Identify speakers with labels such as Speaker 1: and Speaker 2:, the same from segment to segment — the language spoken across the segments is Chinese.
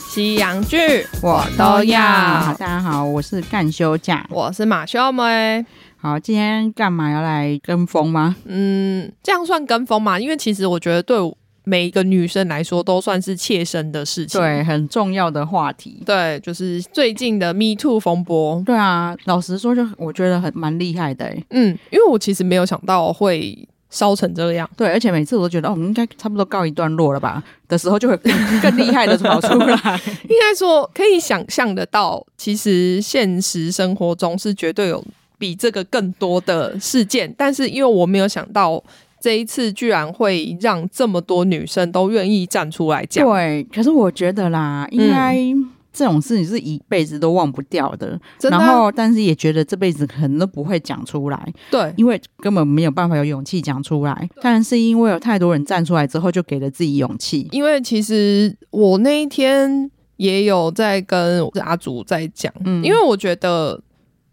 Speaker 1: 西洋剧我
Speaker 2: 都要。大家好，我是干休假。
Speaker 1: 我是马修梅。
Speaker 2: 好，今天干嘛要来跟风 吗？
Speaker 1: 嗯，这样算跟风嘛？因为其实我觉得对每一个女生来说都算是切身的事情。
Speaker 2: 对，很重要的话题。
Speaker 1: 对，就是最近的 Me Too 风波。
Speaker 2: 对啊，老实说，就我觉得很蛮厉害的、欸。
Speaker 1: 嗯，因为我其实没有想到会烧成这样。
Speaker 2: 对，而且每次我都觉得，哦，应该差不多告一段落了吧的时候，就会 更更厉害的跑出来。
Speaker 1: 应该说，可以想象得到，其实现实生活中是绝对有比这个更多的事件，但是因为我没有想到。这一次居然会让这么多女生都愿意站出来 讲，
Speaker 2: 对，可是我觉得啦，应该、这种事情是一辈子都忘不掉的。
Speaker 1: 真的啊
Speaker 2: 然后，但是也觉得这辈子可能都不会讲出来，
Speaker 1: 对，
Speaker 2: 因为根本没有办法有勇气讲出来。但是因为有太多人站出来之后，就给了自己勇气。
Speaker 1: 因为其实我那一天也有在跟阿祖在讲，
Speaker 2: 嗯
Speaker 1: 因为我觉得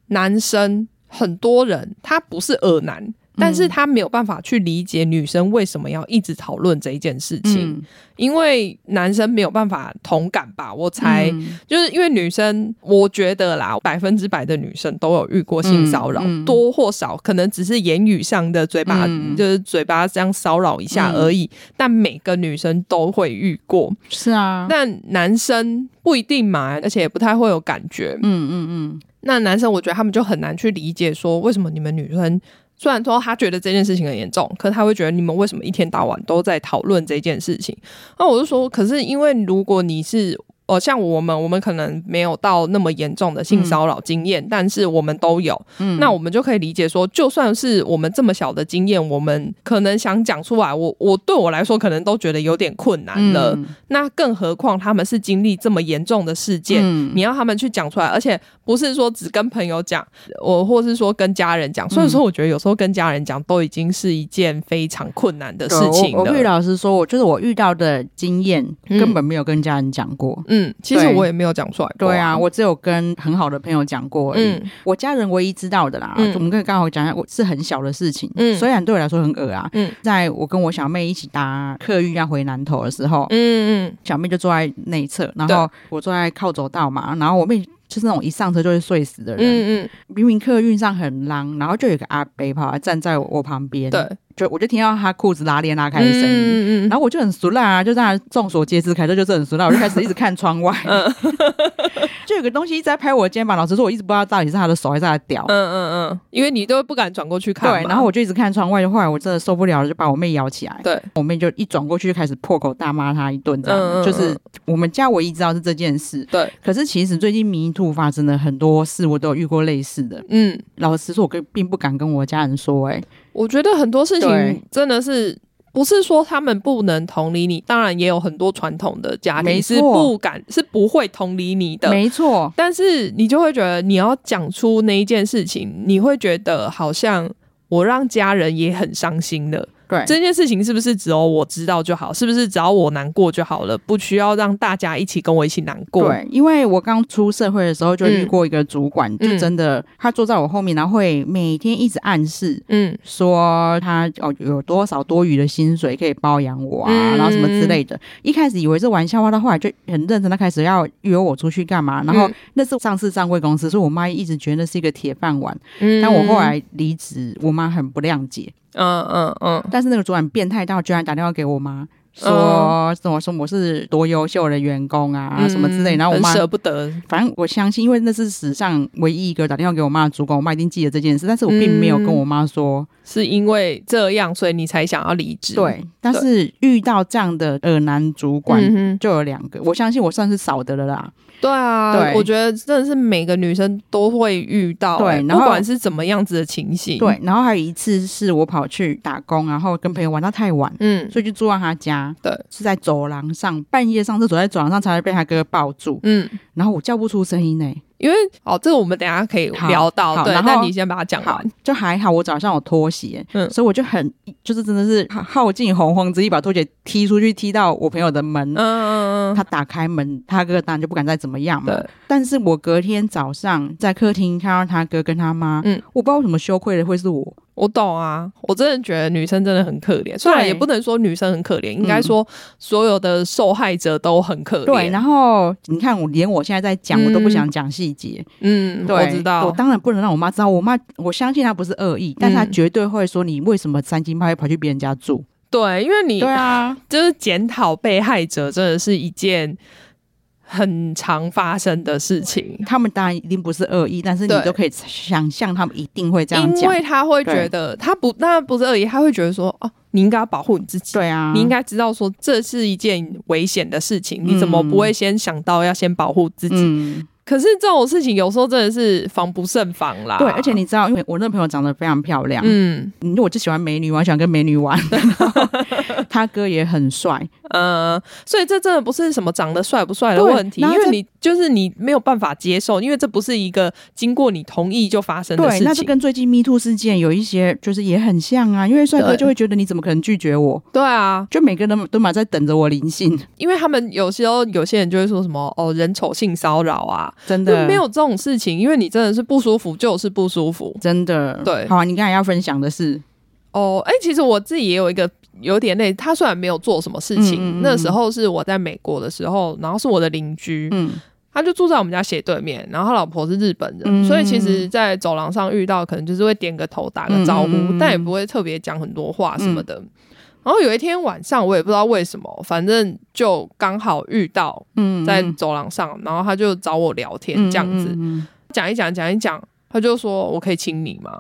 Speaker 1: 男生很多人他不是恶男，但
Speaker 2: 嗯
Speaker 1: 是他没有办法去理解女生为什么要一直讨论这一件事情，
Speaker 2: 嗯，
Speaker 1: 因为男生没有办法同感吧，我猜。
Speaker 2: 嗯
Speaker 1: 就是因为女生，我觉得啦，百分之百的女生都有遇过性骚扰，
Speaker 2: 嗯嗯
Speaker 1: 多或少，可能只是言语上的嘴巴，
Speaker 2: 嗯
Speaker 1: 就是嘴巴这样骚扰一下而已。但每个女生都会遇过，
Speaker 2: 是啊，
Speaker 1: 但男生不一定嘛，而且也不太会有感觉。
Speaker 2: 嗯嗯
Speaker 1: 那男生，我觉得他们就很难去理解说，为什么你们女生。虽然说他觉得这件事情很严重，可他会觉得你们为什么一天到晚都在讨论这件事情？那我就说，可是因为如果你是呃像我们，我们可能没有到那么严重的性骚扰经验，但是我们都有，
Speaker 2: 嗯
Speaker 1: 那我们就可以理解说，就算是我们这么小的经验，我们可能想讲出来，我我对我来说可能都觉得有点困难
Speaker 2: 嗯，
Speaker 1: 了。那更何况他们是经历这么严重的事件，
Speaker 2: 嗯
Speaker 1: 你要他们去讲出来，而且不是说只跟朋友讲，我或是说跟家人讲。所以说，我觉得有时候跟家人讲都已经是一件非常困难的事情
Speaker 2: 我我遇
Speaker 1: 了。
Speaker 2: 老师说，我就是我遇到的经验、
Speaker 1: 嗯
Speaker 2: 根本没有跟家人讲过。
Speaker 1: 嗯，其实
Speaker 2: 对
Speaker 1: 我也没有讲出来过。
Speaker 2: 对啊，，我只有跟很好的朋友讲过而已。
Speaker 1: 嗯
Speaker 2: 我家人唯一知道的啦，
Speaker 1: 嗯
Speaker 2: 我们可以刚好讲一下，我是很小的事情，
Speaker 1: 嗯
Speaker 2: 虽然对我来说很恶啊。
Speaker 1: 嗯
Speaker 2: 在我跟我小妹一起搭客运要回南头的时候，
Speaker 1: 嗯
Speaker 2: 小妹就坐在内侧，然后我坐在靠走道嘛，然后我妹就是那种一上车就会睡死的
Speaker 1: 嗯
Speaker 2: 人，
Speaker 1: 嗯
Speaker 2: 明明客运上很浪，然后就有一个阿伯跑来站在我我旁边，
Speaker 1: 嗯，对，，
Speaker 2: 就我就听到他裤子拉链拉开的声音，
Speaker 1: 嗯嗯嗯
Speaker 2: 然后我就很熟啦、啊，就让他众所皆知，凯特就是很熟啦、我就开始一直看窗外，
Speaker 1: 嗯
Speaker 2: 就有个东西一直在拍我的肩膀。老实说，我一直不知道到底是他的手还是他的屌。
Speaker 1: 嗯嗯嗯，因为你都不敢转过去看嘛。
Speaker 2: 对，然后我就一直看窗外，后来我真的受不了了，就把我妹摇起来。
Speaker 1: 对，
Speaker 2: 我妹就一转过去就开始破口大骂他一顿，这样、
Speaker 1: 嗯嗯嗯
Speaker 2: 就是我们家唯一知道是这件事。
Speaker 1: 对，
Speaker 2: 可是其实最近迷途发生的很多事，我都有遇过类似的。
Speaker 1: 嗯，
Speaker 2: 老实说，我跟并不敢跟我家人说、欸，哎，
Speaker 1: 我觉得很多事
Speaker 2: 对
Speaker 1: 情真的是。不是说他们不能同理你，当然也有很多传统的家
Speaker 2: 没
Speaker 1: 庭
Speaker 2: 错
Speaker 1: 是不敢、是不会同理你的。
Speaker 2: 没错，
Speaker 1: 但是你就会觉得你要讲出那一件事情，你会觉得好像我让家人也很伤心了。
Speaker 2: 对，
Speaker 1: 这件事情是不是只有我知道就好？是不是只要我难过就好了？不需要让大家一起跟我一起难过。
Speaker 2: 对，因为我刚出社会的时候就遇过一个主管，就嗯真的他坐在我后面，然后会每天一直暗示。
Speaker 1: 嗯
Speaker 2: 说他哦有多少多余的薪水可以包养我啊，
Speaker 1: 嗯
Speaker 2: 然后什么之类的。一开始以为是玩笑话，到后来就很认真的开始要约我出去干嘛。然后
Speaker 1: 嗯
Speaker 2: 那是上市上柜公司，所以我妈一直觉得那是一个铁饭碗。
Speaker 1: 嗯
Speaker 2: 但我后，来离职，我妈很不谅解。
Speaker 1: 嗯嗯嗯，
Speaker 2: 但是那个主管变态到居然打电话给我妈说
Speaker 1: 嗯
Speaker 2: 什么说我是多优秀的员工啊、什么之类。然后我
Speaker 1: 很
Speaker 2: 妈
Speaker 1: 舍不得，
Speaker 2: 反正我相信，因为那是史上唯一一个打电话给我妈的主管，我妈一定记得这件事，但是我并没有跟我妈说。
Speaker 1: 是因为这样，所以你才想要离职。
Speaker 2: 对，但是遇到这样的恶男主管。
Speaker 1: 嗯哼，
Speaker 2: 就有两个，我相信我算是少的了啦。
Speaker 1: 对啊，
Speaker 2: 对
Speaker 1: 我觉得真的是每个女生都会遇到、
Speaker 2: 对
Speaker 1: 欸
Speaker 2: 然后
Speaker 1: 不管是怎么样子的情形，
Speaker 2: 对，，然后还有一次是我跑去打工，然后跟朋友玩到太晚，
Speaker 1: 嗯
Speaker 2: 所以就住到他家。
Speaker 1: 对，
Speaker 2: 是在走廊上，半夜上厕所，在走廊上才会被他哥抱住，
Speaker 1: 嗯，
Speaker 2: 然后我叫不出声音欸呢。
Speaker 1: 因为哦，这个我们等一下可以聊
Speaker 2: 好
Speaker 1: 到，
Speaker 2: 好
Speaker 1: 对
Speaker 2: 然，后
Speaker 1: 那你先把它讲
Speaker 2: 好
Speaker 1: 完。，
Speaker 2: 就还好，我早上有拖鞋，
Speaker 1: 嗯
Speaker 2: 所以我就很就是真的是耗耗尽洪荒之力把拖鞋踢出去，踢到我朋友的门，
Speaker 1: 嗯嗯
Speaker 2: 他打开门，他哥当然就不敢再怎么样
Speaker 1: 嗯，
Speaker 2: 嘛。
Speaker 1: 对，
Speaker 2: 但是我隔天早上在客厅看到他哥跟他妈，
Speaker 1: 嗯
Speaker 2: 我不知道为什么羞愧的会是我，
Speaker 1: 我懂啊，我真的觉得女生真的很可怜，虽然也不能说女生很可怜，应该说所有的受害者都很可
Speaker 2: 嗯
Speaker 1: 怜。
Speaker 2: 对，然后你看，我连我现在在讲，我都不想讲细节。
Speaker 1: 嗯，
Speaker 2: 对，
Speaker 1: 我知
Speaker 2: 我
Speaker 1: 道，
Speaker 2: 当然不能让我妈知道，我妈我相信她不是恶意，但她
Speaker 1: 嗯
Speaker 2: 绝对会说你为什么三更半夜跑去别人家住？
Speaker 1: 对，因为你
Speaker 2: 对啊，
Speaker 1: 就是检讨被害者，真的是一件很常发生的事情。
Speaker 2: 他们当然一定不是恶意，但是你
Speaker 1: 对
Speaker 2: 都可以想象他们一定会这样
Speaker 1: 因
Speaker 2: 讲。
Speaker 1: 为他会觉得他不，那不是恶意，他会觉得说，哦，你应该要保护你自己，
Speaker 2: 对啊，
Speaker 1: 你应该知道说这是一件危险的事情，你怎么
Speaker 2: 嗯
Speaker 1: 不会先想到要先保护自己？
Speaker 2: 嗯，
Speaker 1: 可是这种事情有时候真的是防不胜防啦。
Speaker 2: 对，而且你知道，因为我那朋友长得非常漂亮，
Speaker 1: 嗯
Speaker 2: 啊嗯，我就喜欢美女，我想跟美女 玩。他哥也很帅，
Speaker 1: 呃，所以这真的不是什么长得帅不帅的
Speaker 2: 对
Speaker 1: 问题，因
Speaker 2: 然后
Speaker 1: 为
Speaker 2: 这
Speaker 1: 你就是你没有办法接受，因为这不是一个经过你同意就发生的
Speaker 2: 对，
Speaker 1: 事
Speaker 2: 那这
Speaker 1: 情。
Speaker 2: 跟最近 Me Too 事件有一些就是也很像啊，因为帅哥
Speaker 1: 对
Speaker 2: 就会觉得你怎么可能拒绝我？
Speaker 1: 对啊，
Speaker 2: 就每个人都都嘛在等着我灵 性，
Speaker 1: 因为他们有时候有些人就会说什么哦，人丑性骚扰啊，
Speaker 2: 真
Speaker 1: 就
Speaker 2: 的
Speaker 1: 没有这种事情，因为你真的是不舒服就是不舒服。
Speaker 2: 真的
Speaker 1: 对
Speaker 2: 好啊，你刚才要分享的是，
Speaker 1: 哦，哎、其实我自己也有一个有点累，他虽然没有做什么事情，
Speaker 2: 嗯嗯嗯
Speaker 1: 那时候是我在美国的时候，然后是我的邻居，
Speaker 2: 嗯，
Speaker 1: 他就住在我们家斜对面，然后他老婆是日本人，
Speaker 2: 嗯
Speaker 1: 所以其实，在走廊上遇到，可能就是会点个头、打个招呼，
Speaker 2: 嗯嗯嗯
Speaker 1: 但也不会特别讲很多话什么的。然后有一天晚上，我也不知道为什么，反正就刚好遇到
Speaker 2: 嗯
Speaker 1: 在走廊上，然后他就找我聊天，这样子、
Speaker 2: 嗯
Speaker 1: 讲一讲，讲一讲，他就说我可以亲你吗？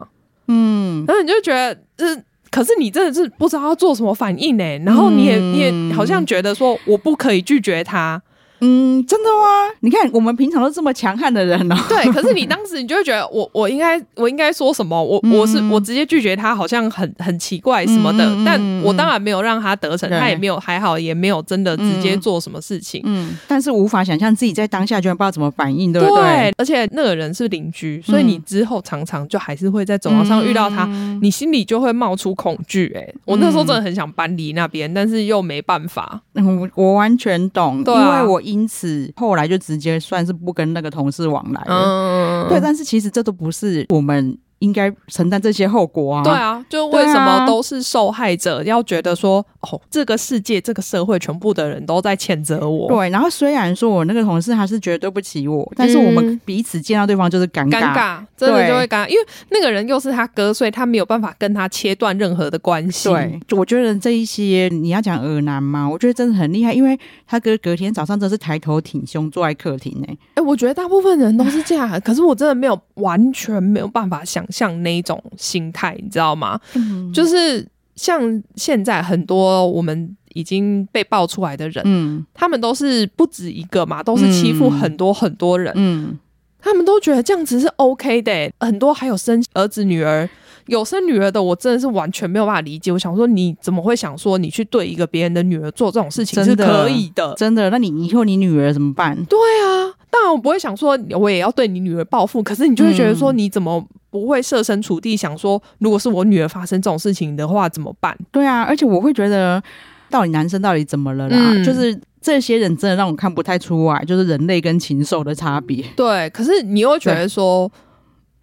Speaker 2: 嗯，
Speaker 1: 然后你就觉得这。可是你真的是不知道要做什么反应呢、欸然后你也、
Speaker 2: 嗯
Speaker 1: 你也好像觉得说我不可以拒绝他，
Speaker 2: 嗯，真的吗？你看我们平常都这么强悍的人哦，
Speaker 1: 对，可是你当时你就会觉得我我应该我应该说什么？我我是我直接拒绝他，好像很很奇怪什么的。
Speaker 2: 嗯嗯嗯
Speaker 1: 但我当然没有让他得逞，
Speaker 2: 对
Speaker 1: 他也没有还好，也没有真的直接做什么事情。
Speaker 2: 嗯，但是无法想象自己在当下居然不知道怎么反应，对嗯不
Speaker 1: 对？，而且那个人是邻居，所以你之后常常就还是会在走廊上遇到他，
Speaker 2: 嗯
Speaker 1: 你心里就会冒出恐惧。哎，我那时候真的很想搬离那边，但是又没办法。
Speaker 2: 嗯我我完全懂，
Speaker 1: 对啊
Speaker 2: 因为我因此后来就直接算是不跟那个同事往来了。
Speaker 1: 嗯，
Speaker 2: 哎对，但是其实这都不是我们应该承担这些后果啊。
Speaker 1: 对啊，就为什么都是受害者，要觉得说哦，这个世界、这个社会全部的人都在谴责我，
Speaker 2: 对，然后虽然说我那个同事他是觉得对不起我，但是
Speaker 1: 嗯
Speaker 2: 我们彼此见到对方就是尴
Speaker 1: 尴尬，真的
Speaker 2: 对
Speaker 1: 就会尴尬，因为那个人又是他哥，所以他没有办法跟他切断任何的关系。
Speaker 2: 对，我觉得这一些你要讲耳男嘛，我觉得真的很厉害，因为他哥隔天早上真是抬头挺胸坐在客厅欸呢、
Speaker 1: 哎、我觉得大部分人都是这样，啊可是我真的没有完全没有办法想象那一种心态，你知道吗？
Speaker 2: 嗯
Speaker 1: 就是像现在很多我们已经被爆出来的人，
Speaker 2: 嗯
Speaker 1: 他们都是不止一个嘛，都是欺负很多很多人。
Speaker 2: 嗯，
Speaker 1: 他们都觉得这样子是 OK 的欸、很多还有生儿子、女儿，有生女儿的，我真的是完全没有办法理解。我想说，你怎么会想说你去对一个别人的女儿做这种事情是
Speaker 2: 真的
Speaker 1: 可以嗯的？
Speaker 2: 真的，那你以后你女儿怎么办？
Speaker 1: 对啊，当然我不会想说我也要对你女儿报复，可是你就会觉得说
Speaker 2: 嗯
Speaker 1: 你怎么不会设身处地想说，如果是我女儿发生这种事情的话怎么办？
Speaker 2: 对啊，而且我会觉得，到底男生到底怎么了啦？
Speaker 1: 嗯
Speaker 2: 就是这些人真的让我看不太出来，就是人类跟禽兽的差别。
Speaker 1: 对，可是你又觉得说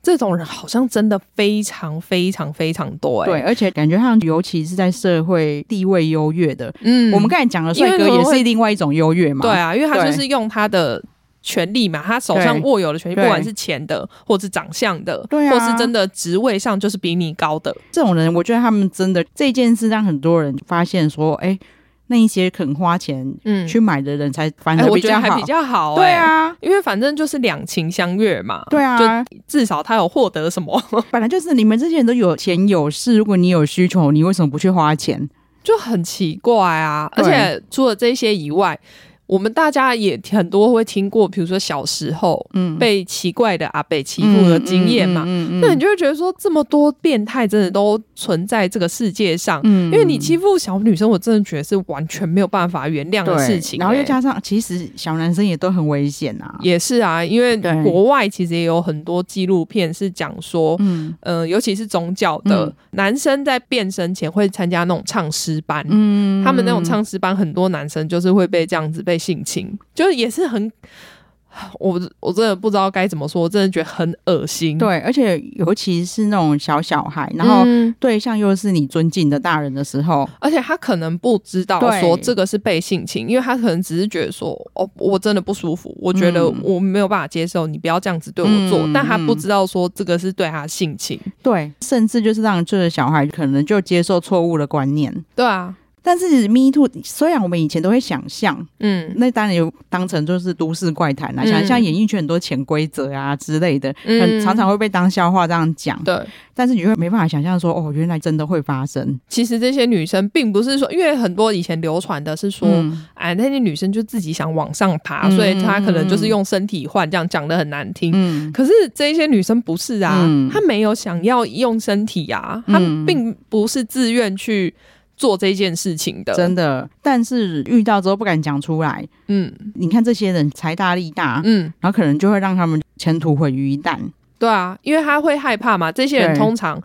Speaker 1: 这种人好像真的非常非常非常多、欸，
Speaker 2: 对，，而且感觉上，尤其是在社会地位优越的，
Speaker 1: 嗯
Speaker 2: 我们刚才讲的帅
Speaker 1: 因
Speaker 2: 哥
Speaker 1: 为我
Speaker 2: 也
Speaker 1: 会
Speaker 2: 是另外一种优越嘛。
Speaker 1: 对，啊，因为他就
Speaker 2: 对
Speaker 1: 是用他的权利嘛，他手上
Speaker 2: 对
Speaker 1: 握有的权利，不
Speaker 2: 对
Speaker 1: 管是钱的，或是长相的，
Speaker 2: 对啊
Speaker 1: 或是真的职位上就是比你高的，
Speaker 2: 这种人，我觉得他们真的这件事让很多人发现说，哎，那一些肯花钱
Speaker 1: 嗯
Speaker 2: 去买的人才反
Speaker 1: 哎、
Speaker 2: 而
Speaker 1: 我
Speaker 2: 比
Speaker 1: 觉得
Speaker 2: 较
Speaker 1: 还
Speaker 2: 好。
Speaker 1: 比较好、欸哎
Speaker 2: 对，啊，
Speaker 1: 因为反正就是两情相悦嘛，
Speaker 2: 对啊，
Speaker 1: 至少他有获得 什么，
Speaker 2: 本来就是你们这些人都有钱有势，如果你有需求，你为什么不去花钱？
Speaker 1: 就很奇怪啊。而
Speaker 2: 对
Speaker 1: 且除了这些以外。我们大家也很多会听过，比如说小时候
Speaker 2: 嗯，
Speaker 1: 被奇怪的阿北欺负的经验嘛，
Speaker 2: 嗯嗯嗯嗯
Speaker 1: 那你就会觉得说，这么多变态真的都存在这个世界上，
Speaker 2: 嗯
Speaker 1: 因为你欺负小女生，我真的觉得是完全没有办法原谅的
Speaker 2: 对
Speaker 1: 事情欸、
Speaker 2: 然后又加上，其实小男生也都很危险啊。
Speaker 1: 也是啊，因为
Speaker 2: 对
Speaker 1: 国外其实也有很多纪录片是讲说，
Speaker 2: 嗯
Speaker 1: 呃，尤其是宗教的、
Speaker 2: 嗯
Speaker 1: 男生在变身前会参加那种唱诗班。
Speaker 2: 嗯
Speaker 1: 他们那种唱诗班，很多男生就是会被这样子被性侵，就是也是很我我真的不知道该怎么说，我真的觉得很恶心。
Speaker 2: 对，而且尤其是那种小小孩，然后
Speaker 1: 嗯
Speaker 2: 对象又是你尊敬的大人的时候，
Speaker 1: 而且他可能不知道
Speaker 2: 对
Speaker 1: 说这个是被性侵，因为他可能只是觉得说，哦，我真的不舒服，我觉得
Speaker 2: 嗯
Speaker 1: 我没有办法接受，你不要这样子对我做。
Speaker 2: 嗯
Speaker 1: 但他不
Speaker 2: 嗯
Speaker 1: 知道说这个是对他性侵，
Speaker 2: 对，甚至就是让这个小孩可能就接受错误的观念。
Speaker 1: 对啊，
Speaker 2: 但是 Me Too，虽然我们以前都会想象，
Speaker 1: 嗯
Speaker 2: 那当然有当成就是都市怪谈啦、
Speaker 1: 嗯
Speaker 2: 想象演艺圈很多潜规则啊之类的，
Speaker 1: 嗯
Speaker 2: 很常常会被当笑话这样讲。
Speaker 1: 对。
Speaker 2: 但是你会没办法想象说，哦，原来真的会发生。
Speaker 1: 其实这些女生并不是说，因为很多以前流传的是说，
Speaker 2: 嗯
Speaker 1: 哎，那些女生就自己想往上爬，
Speaker 2: 嗯
Speaker 1: 所以她可能就是用身体换，这样讲的很难听。
Speaker 2: 嗯
Speaker 1: 可是这些女生不是啊，
Speaker 2: 嗯
Speaker 1: 她没有想要用身体啊，她
Speaker 2: 嗯
Speaker 1: 并不是自愿去做这件事情的。
Speaker 2: 真的，但是遇到之后不敢讲出来。
Speaker 1: 嗯
Speaker 2: 你看这些人财大力大，
Speaker 1: 嗯，
Speaker 2: 然后可能就会让他们前途毁于一旦。
Speaker 1: 对啊，因为她会害怕嘛。这些人
Speaker 2: 对
Speaker 1: 通常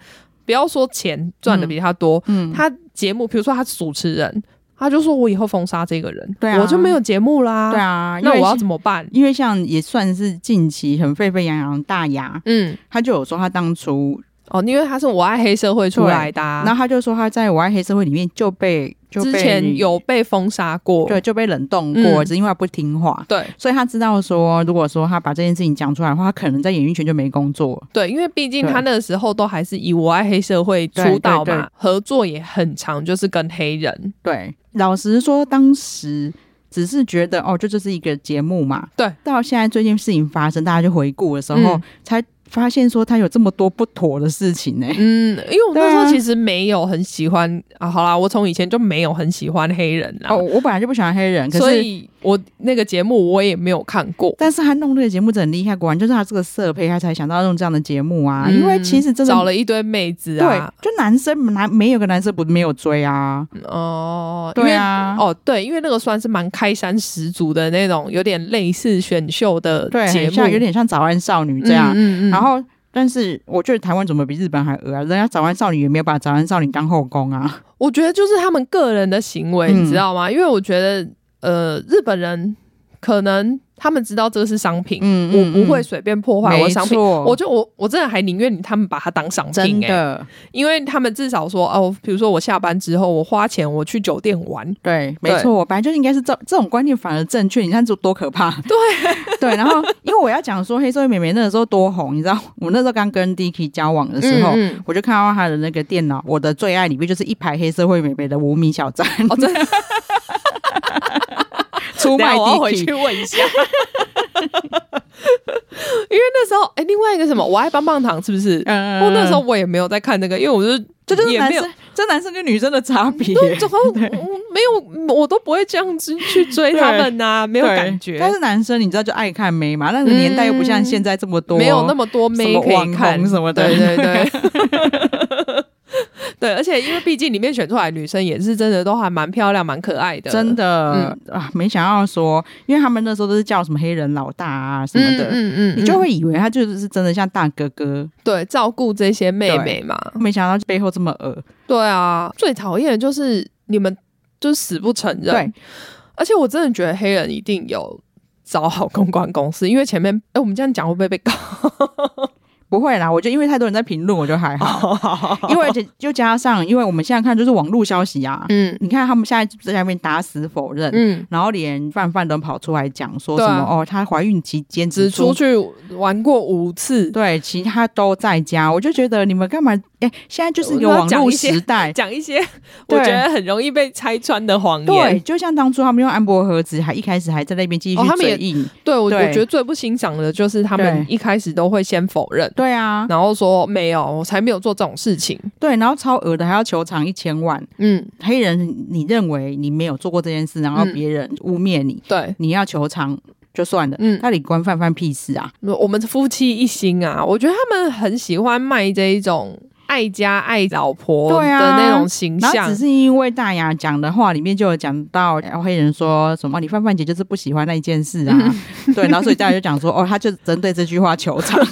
Speaker 1: 不要说钱赚的比她多，
Speaker 2: 嗯，
Speaker 1: 她节目，比如说她是主持人，她就说我以后封杀这个人，
Speaker 2: 对啊
Speaker 1: 我就没有节目啦。
Speaker 2: 对，啊，因
Speaker 1: 那我
Speaker 2: 为
Speaker 1: 要
Speaker 2: 像
Speaker 1: 怎么办？
Speaker 2: 因为像也算是近期很沸沸扬扬的大牙，
Speaker 1: 嗯，
Speaker 2: 他就有说他当初，
Speaker 1: 哦，因为她是我爱黑社会出来的、啊，
Speaker 2: 然后他就说他在我爱黑社会里面就被就
Speaker 1: 之
Speaker 2: 被
Speaker 1: 前有被封杀过。
Speaker 2: 对就被冷冻过，
Speaker 1: 嗯
Speaker 2: 只因为他不听话。
Speaker 1: 对
Speaker 2: 所以他知道说，如果说他把这件事情讲出来的话，他可能在演艺圈就没工作了。
Speaker 1: 对，因为毕竟
Speaker 2: 对
Speaker 1: 他那个时候都还是以我爱黑社会出道
Speaker 2: 对对
Speaker 1: 嘛
Speaker 2: 对，
Speaker 1: 合作也很长，就是跟黑人。
Speaker 2: 对，老实说，当时只是觉得哦，这就是一个节目嘛。
Speaker 1: 对，
Speaker 2: 到现在最近事情发生，大家就回顾的时候，
Speaker 1: 嗯
Speaker 2: 才发现说他有这么多不妥的事情呢、
Speaker 1: 嗯，因为我
Speaker 2: 对啊
Speaker 1: 那时候其实没有很喜欢啊好啦，我从以前就没有很喜欢黑人啦，
Speaker 2: 哦，我本来就不喜欢黑人，可
Speaker 1: 所
Speaker 2: 是
Speaker 1: 以我那个节目我也没有看过。
Speaker 2: 但是他弄这个节目真的很厉害，果然就是他这个设备，他才想到用这样的节目啊。因为其实真的
Speaker 1: 嗯找了一堆妹子
Speaker 2: 对
Speaker 1: 啊，，
Speaker 2: 就男生男没有个男生不没有追啊，
Speaker 1: 哦，因
Speaker 2: 对
Speaker 1: 为
Speaker 2: 啊，
Speaker 1: 哦，对，因为那个算是蛮开山始祖的那种，有点类似选秀的
Speaker 2: 对，
Speaker 1: 节
Speaker 2: 很
Speaker 1: 目，
Speaker 2: 像有点像早安少女这样。
Speaker 1: 嗯嗯嗯
Speaker 2: 然后，但是我觉得台湾怎么比日本还恶啊？人家早安少女也没有把早安少女当后宫啊。
Speaker 1: 我觉得就是他们个人的行为，
Speaker 2: 嗯
Speaker 1: 你知道吗？因为我觉得，呃，日本人可能他们知道这个是商品，
Speaker 2: 嗯嗯
Speaker 1: 我不会
Speaker 2: 嗯
Speaker 1: 随便破坏我的商品。
Speaker 2: 没错
Speaker 1: 我就我我真的还宁愿你他们把它当商
Speaker 2: 真
Speaker 1: 品、欸，
Speaker 2: 的，
Speaker 1: 因为他们至少说哦，比如说我下班之后，我花钱我去酒店玩，
Speaker 2: 对，没错，我本来就应该是这这种观念反而正确，你看这多可 怕。对 对，然后因为我要讲说黑社会妹妹那个时候多红，你知道，我那时候刚跟 Dicky 交往的时候，
Speaker 1: 嗯嗯
Speaker 2: 我就看到他的那个电脑，我的最爱里面就是一排黑社会妹妹的无名小站，
Speaker 1: 哦，真的，
Speaker 2: 出卖
Speaker 1: 等一下我要回
Speaker 2: Dicky
Speaker 1: 去。问一下， 因为那时候哎、另外一个什么，我爱棒棒糖是不是？
Speaker 2: 嗯
Speaker 1: 我、那时候我也没有在看那个，因为我就
Speaker 2: 这就是
Speaker 1: 也
Speaker 2: 男
Speaker 1: 没有
Speaker 2: 生，这男生跟女生的差别。
Speaker 1: 对，怎么 我没有，我都不会这样子去追他们呐、没有
Speaker 2: 对
Speaker 1: 感觉，
Speaker 2: 但是男生你知道就爱看妹嘛，那个年代又不像现在这么多，
Speaker 1: 没有那么多妹
Speaker 2: 什么
Speaker 1: 可
Speaker 2: 网
Speaker 1: 以看
Speaker 2: 红什么的
Speaker 1: 对对对。 对，而且因为毕竟里面选出来的女生也是真的都还蛮漂亮、蛮可爱的，嗯
Speaker 2: 真的、啊，没想到说，因为他们那时候都是叫什么黑人老大啊什
Speaker 1: 嗯
Speaker 2: 么的。
Speaker 1: 嗯嗯，
Speaker 2: 你就
Speaker 1: 嗯
Speaker 2: 会以为他就是真的像大哥哥，
Speaker 1: 对照顾这些妹妹嘛。
Speaker 2: 没想到背后这么恶。
Speaker 1: 对啊，最讨厌的就是你们就死不承认。
Speaker 2: 对，
Speaker 1: 而且我真的觉得黑人一定有找好公关公司，因为前面哎、我们这样讲会不会被告？
Speaker 2: 不会啦，我觉得因为太多人在评论，我觉得还 好。因为而且就加上，因为我们现在看就是网络消息啊，
Speaker 1: 嗯
Speaker 2: 你看他们现在在那边打死否认，
Speaker 1: 嗯，
Speaker 2: 然后连范范都跑出来讲说什
Speaker 1: 对啊
Speaker 2: 么、哦，她怀孕期间
Speaker 1: 只
Speaker 2: 出
Speaker 1: 出去玩过五次，
Speaker 2: 对，其他都在家，我就觉得你们干嘛？哎、现在就是一个
Speaker 1: 我要
Speaker 2: 网
Speaker 1: 讲
Speaker 2: 络
Speaker 1: 一些，
Speaker 2: 时代
Speaker 1: 讲一些我
Speaker 2: 对
Speaker 1: 觉得很容易被拆穿的谎
Speaker 2: 对，
Speaker 1: 言。
Speaker 2: 就像当初他们用安博盒子，还一开始还在那边继续
Speaker 1: 哦他们也
Speaker 2: 嘴硬，
Speaker 1: 对，我我
Speaker 2: 对
Speaker 1: 觉得最不欣赏的就是他们
Speaker 2: 对
Speaker 1: 一开始都会先否认，
Speaker 2: 对啊，
Speaker 1: 然后说没有，我才没有做这种事情。
Speaker 2: 对，然后超额的还要求偿一千万，
Speaker 1: 嗯，
Speaker 2: 黑人你认为你没有做过这件事，然后
Speaker 1: 嗯
Speaker 2: 别人污蔑你，
Speaker 1: 对，
Speaker 2: 你要求偿就算了，
Speaker 1: 嗯
Speaker 2: 那你关范范屁事啊？
Speaker 1: 我们夫妻一心啊，我觉得他们很喜欢卖这一种爱家爱老婆的
Speaker 2: 对啊
Speaker 1: 那种形
Speaker 2: 然后
Speaker 1: 象
Speaker 2: 只。是因为大牙讲的话里面就有讲到，然后黑人说什么你范范姐就是不喜欢那一件事啊，
Speaker 1: 嗯
Speaker 2: 对，然后所以大家就讲说哦，他就针对这句话求偿。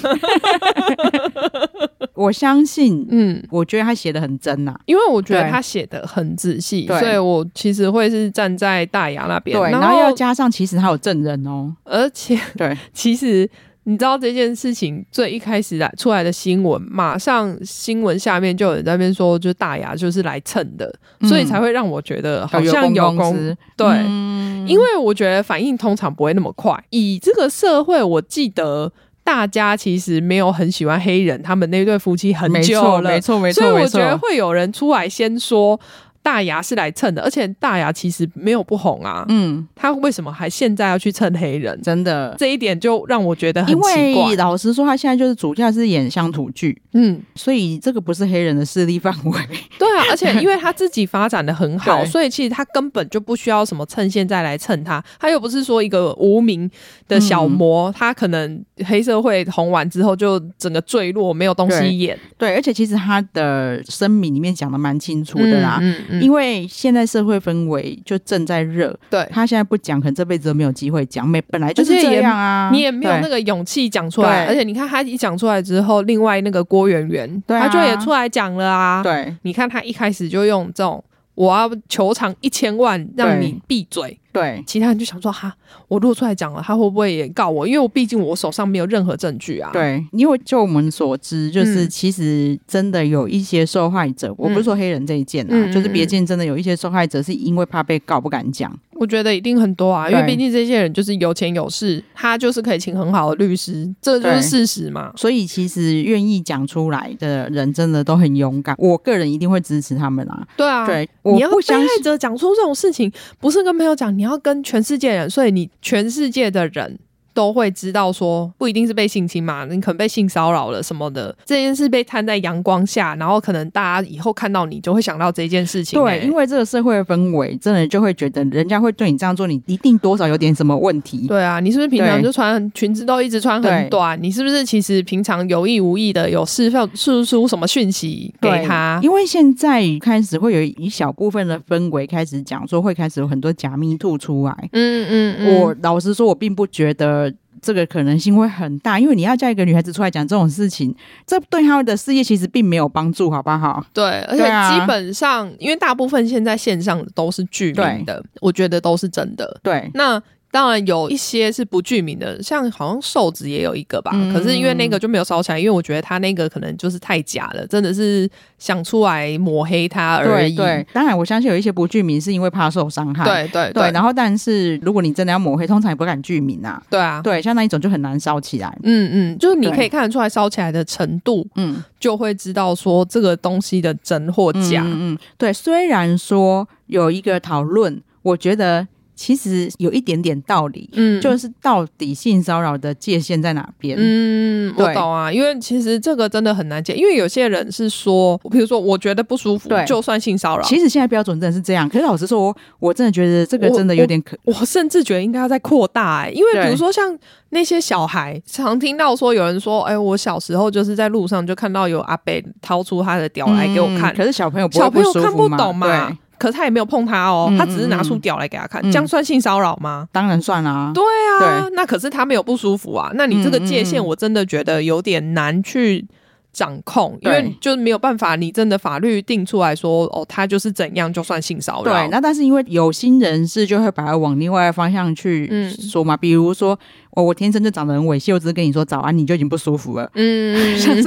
Speaker 2: 我相信，
Speaker 1: 嗯，
Speaker 2: 我觉得他写的很真啊呐、
Speaker 1: 因为我觉得
Speaker 2: 对
Speaker 1: 他写的很仔细，
Speaker 2: 对
Speaker 1: 所以我其实会是站在大牙那边。
Speaker 2: 对，
Speaker 1: 然
Speaker 2: 然后要加上其实他有证人 哦，
Speaker 1: 而且
Speaker 2: 对，
Speaker 1: 其实你知道这件事情最一开始来出来的新闻，马上新闻下面就有人在那边说，就是大牙就是来蹭的，
Speaker 2: 嗯
Speaker 1: 所以才会让我觉得好像有
Speaker 2: 有公
Speaker 1: 公
Speaker 2: 司，
Speaker 1: 对。
Speaker 2: 嗯
Speaker 1: 因为我觉得反应通常不会那么快。以这个社会，我记得大家其实没有很喜欢黑人，他们那对夫妻很
Speaker 2: 没
Speaker 1: 久
Speaker 2: 错，
Speaker 1: 了
Speaker 2: 没，错，没
Speaker 1: 所以
Speaker 2: 错，
Speaker 1: 我
Speaker 2: 没
Speaker 1: 觉得
Speaker 2: 错。
Speaker 1: 会有人出来先说大牙是来蹭的，而且大牙其实没有不红啊，
Speaker 2: 嗯，
Speaker 1: 他为什么还现在要去蹭黑人？
Speaker 2: 真的，
Speaker 1: 这一点就让我觉得很
Speaker 2: 因
Speaker 1: 奇
Speaker 2: 为
Speaker 1: 怪。
Speaker 2: 老实说，他现在就是主要是演乡土剧，
Speaker 1: 嗯，
Speaker 2: 所以这个不是黑人的势力范围。
Speaker 1: 对啊，而且因为他自己发展的很好，
Speaker 2: 对
Speaker 1: 所以其实他根本就不需要什么趁现在来蹭他。他又不是说一个无名的小模，
Speaker 2: 嗯
Speaker 1: 他可能黑社会红完之后就整个坠落，没有东
Speaker 2: 对
Speaker 1: 西演
Speaker 2: 对，而且其实他的声明里面讲的蛮清楚的啦。
Speaker 1: 嗯嗯
Speaker 2: 因为现在社会氛围就正在热，
Speaker 1: 对。
Speaker 2: 他现在不讲，可能这辈子都没有机会讲。没本来就是
Speaker 1: 而且也
Speaker 2: 这样啊，
Speaker 1: 你也没有
Speaker 2: 对
Speaker 1: 那个勇气讲出来，
Speaker 2: 对
Speaker 1: 而且你看他一讲出来之后，另外那个郭圆圆，
Speaker 2: 对啊
Speaker 1: 他就也出来讲了啊。
Speaker 2: 对
Speaker 1: 你看他一开始就用这种我要求偿一千万让
Speaker 2: 对
Speaker 1: 你闭嘴，
Speaker 2: 对
Speaker 1: 其他人就想说哈，我如果出来讲了，他会不会也告我？因为我毕竟我手上没有任何证据啊。，
Speaker 2: 对，因为就我们所知，就是
Speaker 1: 嗯
Speaker 2: 其实真的有一些受害者，我不是说黑人这一件啊，
Speaker 1: 嗯嗯
Speaker 2: 就是别件真的有一些受害者是因为怕被告不敢讲，
Speaker 1: 我觉得一定很多啊，因
Speaker 2: 对
Speaker 1: 为毕竟这些人就是有钱有势，他就是可以请很好的律师，这就是
Speaker 2: 对
Speaker 1: 事实嘛。
Speaker 2: 所以其实愿意讲出来的人真的都很勇敢，我个人一定会支持他们啊。
Speaker 1: 对啊，
Speaker 2: 对，
Speaker 1: 你
Speaker 2: 我
Speaker 1: 要
Speaker 2: 不
Speaker 1: 被
Speaker 2: 相
Speaker 1: 害
Speaker 2: 信。
Speaker 1: 者讲出这种事情，不是跟朋友讲，你要跟全世界人，所以你全世界的人都会知道说，不一定是被性侵嘛，你可能被性骚扰了什么的，这件事被摊在阳光下，然后可能大家以后看到你就会想到这件事情、欸
Speaker 2: 对，因
Speaker 1: 为
Speaker 2: 为这个社会的氛围，真的就会觉得人家会对你这样做，你一定多少有点什么问题。
Speaker 1: 对啊，你是不是平常
Speaker 2: 嗯对
Speaker 1: 就穿裙子都一直穿
Speaker 2: 对
Speaker 1: 很短？你是不是其实平常有意无意的有释放释出什么讯息给
Speaker 2: 对
Speaker 1: 他？
Speaker 2: 因为现在开始会有一小部分的氛围开始讲说，会开始有很多假密吐出来。
Speaker 1: 嗯嗯嗯，
Speaker 2: 我老实说，我并不觉得这个可能性会很大，因为你要叫一个女孩子出来讲这种事情，这对她的事业其实并没有帮助，好不好？
Speaker 1: 对，而且
Speaker 2: 对啊
Speaker 1: 基本上，因为大部分现在线上的都是剧名
Speaker 2: 对
Speaker 1: 的，我觉得都是真的。
Speaker 2: 对，
Speaker 1: 那当然有一些是不具名的，像好像瘦子也有一个吧，
Speaker 2: 嗯
Speaker 1: 可是因为那个就没有烧起来，因为我觉得他那个可能就是太假了，真的是想出来抹黑他而
Speaker 2: 对
Speaker 1: 已。
Speaker 2: 对，当然我相信有一些不具名是因为怕受伤害。
Speaker 1: 对对
Speaker 2: 对，
Speaker 1: 对
Speaker 2: 然后但是如果你真的要抹黑，通常也不敢具名啊。
Speaker 1: 对啊！
Speaker 2: 对，像那一种就很难烧起来。
Speaker 1: 嗯嗯，就是你
Speaker 2: 对
Speaker 1: 可以看得出来烧起来的程度，
Speaker 2: 嗯，
Speaker 1: 就会知道说这个东西的真或假。
Speaker 2: 嗯嗯嗯，对。虽然说有一个讨论，我觉得其实有一点点道理，
Speaker 1: 嗯
Speaker 2: 就是到底性骚扰的界限在哪边？
Speaker 1: 嗯，我
Speaker 2: 对
Speaker 1: 懂啊，因为其实这个真的很难解，因为有些人是说，比如说我觉得不舒服，
Speaker 2: 对
Speaker 1: 就算性骚扰，
Speaker 2: 其实现在标准真的是这样，可是老实说，我我真的觉得这个
Speaker 1: 我
Speaker 2: 真的有点可，
Speaker 1: 我甚至觉得应该要再扩大、欸，因为
Speaker 2: 对
Speaker 1: 比如说像那些小孩，常听到说有人说，哎、我小时候就是在路上就看到有阿伯掏出他的屌来给我看，
Speaker 2: 嗯可是小朋友不会
Speaker 1: 小朋友
Speaker 2: 舒服
Speaker 1: 看不懂
Speaker 2: 嘛？
Speaker 1: 嘛
Speaker 2: 对，，
Speaker 1: 可他也没有碰他哦，
Speaker 2: 嗯
Speaker 1: 他只是拿
Speaker 2: 嗯
Speaker 1: 出
Speaker 2: 嗯
Speaker 1: 屌来给他看，
Speaker 2: 嗯
Speaker 1: 这样算性骚扰吗？
Speaker 2: 当然算啦、啊。
Speaker 1: 对啊，那可是他没有不舒服啊。那你这个界限，
Speaker 2: 嗯嗯嗯
Speaker 1: 我真的觉得有点难去掌控，因
Speaker 2: 对
Speaker 1: 为就是没有办法，你真的法律定出来说，哦，他就是怎样就算性骚扰。
Speaker 2: 对，那但是因为有心人士就会把它往另外的方向去
Speaker 1: 嗯
Speaker 2: 说嘛，比如说我我天生就长得很猥亵，我只是跟你说早安，你就已经不舒服了。
Speaker 1: 嗯， 所以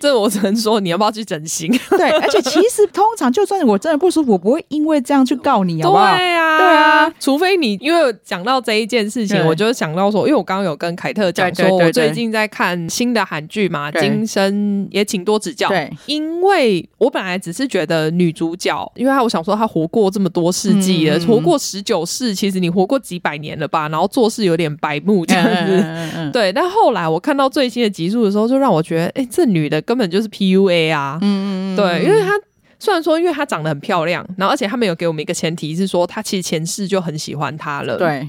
Speaker 1: 这我只能说，你要不要去整形？
Speaker 2: 对，而且其实通常就算我真的不舒服，我不会因为这样去告你，好不好？
Speaker 1: 啊
Speaker 2: 对啊，
Speaker 1: 除非你因为讲到这一件事情，
Speaker 2: 对
Speaker 1: 我就想到说，因为我刚刚有跟凯特讲
Speaker 2: 对对
Speaker 1: 说，
Speaker 2: 对
Speaker 1: 我最近在看新的韩剧嘛，《
Speaker 2: 对
Speaker 1: 今生》，也请多指教。
Speaker 2: 对，
Speaker 1: 因为我本来只是觉得女主角，因为她我想说她活过这么多世纪了，
Speaker 2: 嗯
Speaker 1: 活过十九世，其实你活过几百年了吧，然后做事有点白目这样
Speaker 2: 嗯
Speaker 1: 子。
Speaker 2: 嗯嗯嗯
Speaker 1: 对，但后来我看到最新的集数的时候，就让我觉得，哎、这女的根本就是 PUA 啊！
Speaker 2: 嗯嗯嗯
Speaker 1: 对，因为她虽然说，因为她长得很漂亮，然后而且他们有给我们一个前提是说，她其实前世就很喜欢她了。，
Speaker 2: 对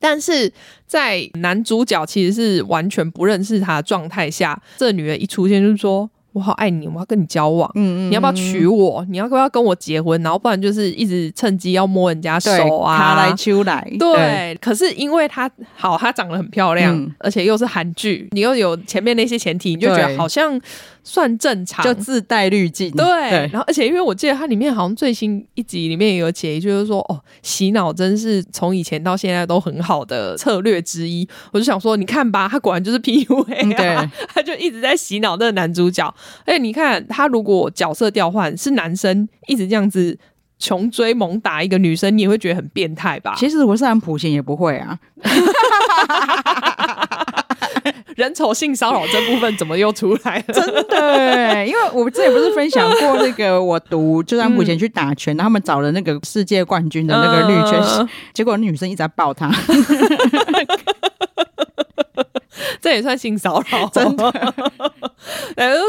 Speaker 1: 但是在男主角其实是完全不认识她的状态下，这女的一出现就是说：“我好爱你，我要跟你交往。”
Speaker 2: 嗯嗯，
Speaker 1: 你要不要娶我？你要不要跟我结婚？然后不然就是一直趁机要摸人家
Speaker 2: 对
Speaker 1: 手啊，
Speaker 2: 卡来秋来，
Speaker 1: 对，可是因为她好，她长得很漂亮，
Speaker 2: 嗯
Speaker 1: 而且又是韩剧，你又有前面那些前提，你就觉得
Speaker 2: 对
Speaker 1: 好像算正常，
Speaker 2: 就自带滤镜。
Speaker 1: 对，
Speaker 2: 嗯对
Speaker 1: 然后而且因为我记得它里面好像最新一集里面也有写一句，就是说哦，洗脑真是从以前到现在都很好的策略之一。我就想说，你看吧，他果然就是 PUA，、啊
Speaker 2: 嗯
Speaker 1: 他就一直在洗脑那个男主角。而且你看，他如果角色调换是男生，一直这样子穷追猛打一个女生，你也会觉得很变态吧？
Speaker 2: 其实我是很普贤也不会啊，
Speaker 1: 人丑性骚扰这部分怎么又出来了？
Speaker 2: 真的，因为我之前不是分享过那个我读就算普贤去打拳，然后他们找了那个世界冠军的那个绿圈，
Speaker 1: 嗯
Speaker 2: 结果那女生一直在抱他，
Speaker 1: 这也算性骚扰，
Speaker 2: 真
Speaker 1: 的。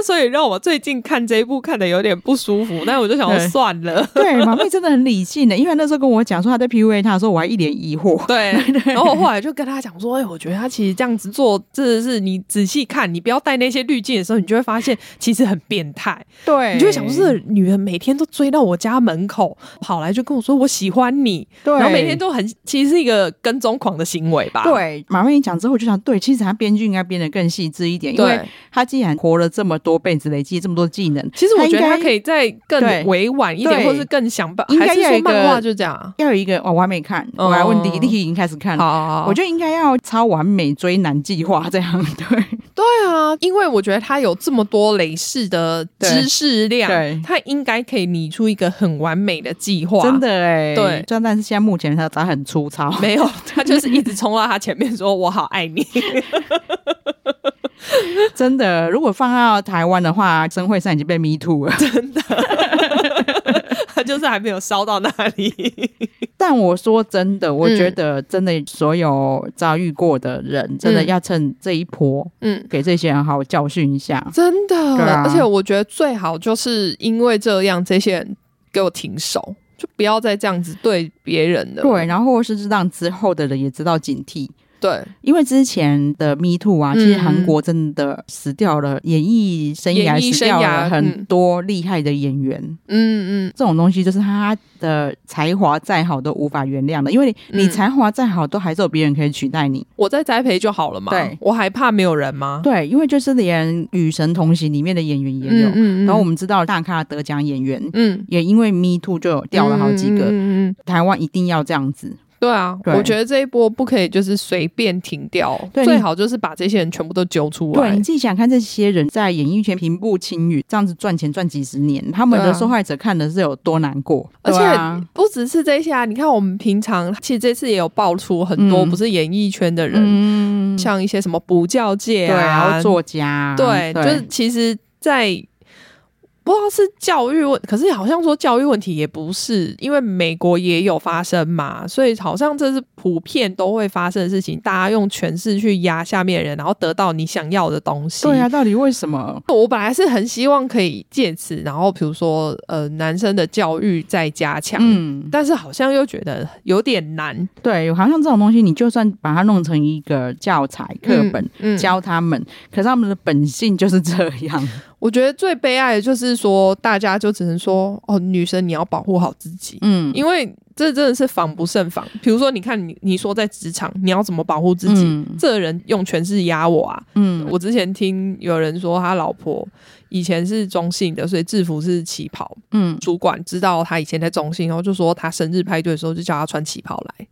Speaker 1: 所以让我最近看这一部看的有点不舒服，但我就想说
Speaker 2: 对
Speaker 1: 算了。
Speaker 2: 对，马妹真的很理性的，因为那时候跟我讲说她在 PUA 他的时候，我还一脸疑惑。
Speaker 1: 对，然后我后来就跟他讲说，哎、我觉得他其实这样子做，真的是你仔细看，你不要戴那些滤镜的时候，你就会发现其实很变态。
Speaker 2: 对
Speaker 1: 你就会想说，这个女人每天都追到我家门口，跑来就跟我说我喜欢你，
Speaker 2: 对，
Speaker 1: 然后每天都很，其实是一个跟踪狂的行为吧？
Speaker 2: 对。马妹一讲之后，我就想，对，其实她编剧应该编得更细致一点，因为
Speaker 1: 对，
Speaker 2: 她既然活了这么多辈子，累积这么多技能，
Speaker 1: 其实我觉得
Speaker 2: 她
Speaker 1: 他
Speaker 2: 应该
Speaker 1: 可以再更
Speaker 2: 对
Speaker 1: 委婉一点，
Speaker 2: 对
Speaker 1: 或是更想办，
Speaker 2: 应该
Speaker 1: 还是
Speaker 2: 要有
Speaker 1: 说
Speaker 2: 一个
Speaker 1: 漫画就这样啊？
Speaker 2: 要有一个哦，我还没看，
Speaker 1: 哦
Speaker 2: 我来问弟弟，弟弟已经开始看了。
Speaker 1: 好
Speaker 2: 我觉得应该要超完美追男计划这样， 对
Speaker 1: 对啊，因为我觉得他有这么多累世的知识量
Speaker 2: 对，
Speaker 1: 他应该可以拟出一个很完美的计划。
Speaker 2: 真的哎、
Speaker 1: 对
Speaker 2: 但但是现在目前他他很粗糙，
Speaker 1: 没有， 他就是一直冲到他前面说：“我好爱你。
Speaker 2: 真的。如果放到台湾的话，曾慧珊已经被 me too 了。”
Speaker 1: 他就是还没有烧到那 里。
Speaker 2: 但我说真的，我觉得真的所有遭遇过的人，真的
Speaker 1: 嗯
Speaker 2: 要趁这一波
Speaker 1: 嗯，
Speaker 2: 给这些人好好教训一下。
Speaker 1: 真的。
Speaker 2: 对啊
Speaker 1: 而且我觉得最好就是因为这样，这些人给我停手，就不要再这样子对别人了。
Speaker 2: 对，然后或是让之后的人也知道警惕，
Speaker 1: 对，
Speaker 2: 因为之前的 Me Too 啊，
Speaker 1: 嗯
Speaker 2: 其实韩国真的死掉了，演艺生涯
Speaker 1: 演艺
Speaker 2: 死
Speaker 1: 生
Speaker 2: 掉
Speaker 1: 涯
Speaker 2: 了很多厉害的演员。
Speaker 1: 嗯嗯，
Speaker 2: 这种东西就是他的才华再好都无法原谅的，因为你你
Speaker 1: 嗯
Speaker 2: 才华再好，都还是有别人可以取代你。
Speaker 1: 我再栽培就好了嘛。
Speaker 2: 对
Speaker 1: 我还怕没有人吗？
Speaker 2: 对，因为就是连《与神同行》里面的演员也有，
Speaker 1: 嗯
Speaker 2: 然后我们知道大咖得奖演员，
Speaker 1: 嗯
Speaker 2: 也因为 Me Too 就有掉了好几个。
Speaker 1: 嗯嗯嗯嗯嗯
Speaker 2: 台湾一定要这样子，
Speaker 1: 对啊，
Speaker 2: 对
Speaker 1: 我觉得这一波不可以就是随便停掉，
Speaker 2: 对
Speaker 1: 最
Speaker 2: 你
Speaker 1: 好就是把这些人全部都揪出
Speaker 2: 对，
Speaker 1: 来
Speaker 2: 你。自己想看这些人在演艺圈平步青云，这样子赚钱赚几十年，他们
Speaker 1: 对
Speaker 2: 的
Speaker 1: 啊
Speaker 2: 受害者看的是有多难过，
Speaker 1: 而
Speaker 2: 对啊
Speaker 1: 且不只是这些啊，你看我们平常其实这次也有爆出很多
Speaker 2: 嗯
Speaker 1: 不是演艺圈的人，
Speaker 2: 嗯，
Speaker 1: 像一些什么补教界
Speaker 2: 对啊，然
Speaker 1: 啊
Speaker 2: 后，作家啊，
Speaker 1: 对，就是其实在，不知道是教育问，可是好像说教育问题也不是，因为美国也有发生嘛，所以好像这是普遍都会发生的事情，大家用权势去压下面的人，然后得到你想要的东西。
Speaker 2: 对啊，到底为什么？
Speaker 1: 我本来是很希望可以借此，然后比如说呃，男生的教育再加强，
Speaker 2: 嗯，
Speaker 1: 但是好像又觉得有点难
Speaker 2: 对，好像这种东西，你就算把它弄成一个教材课本。
Speaker 1: 嗯嗯
Speaker 2: 教他们，可是他们的本性就是这 样。
Speaker 1: 我觉得最悲哀的就是说，大家就只能说哦，女生你要保护好自己，
Speaker 2: 嗯，
Speaker 1: 因为这真的是防不胜防。比如说，你看你你说在职场，你要怎么保护自己？
Speaker 2: 嗯
Speaker 1: 这人用权势压我啊！
Speaker 2: 嗯，
Speaker 1: 我之前听有人说，他老婆以前是中性的，所以制服是旗袍。
Speaker 2: 嗯，
Speaker 1: 主管知道他以前在中信，然后就说他生日派对的时候就叫他穿旗袍来，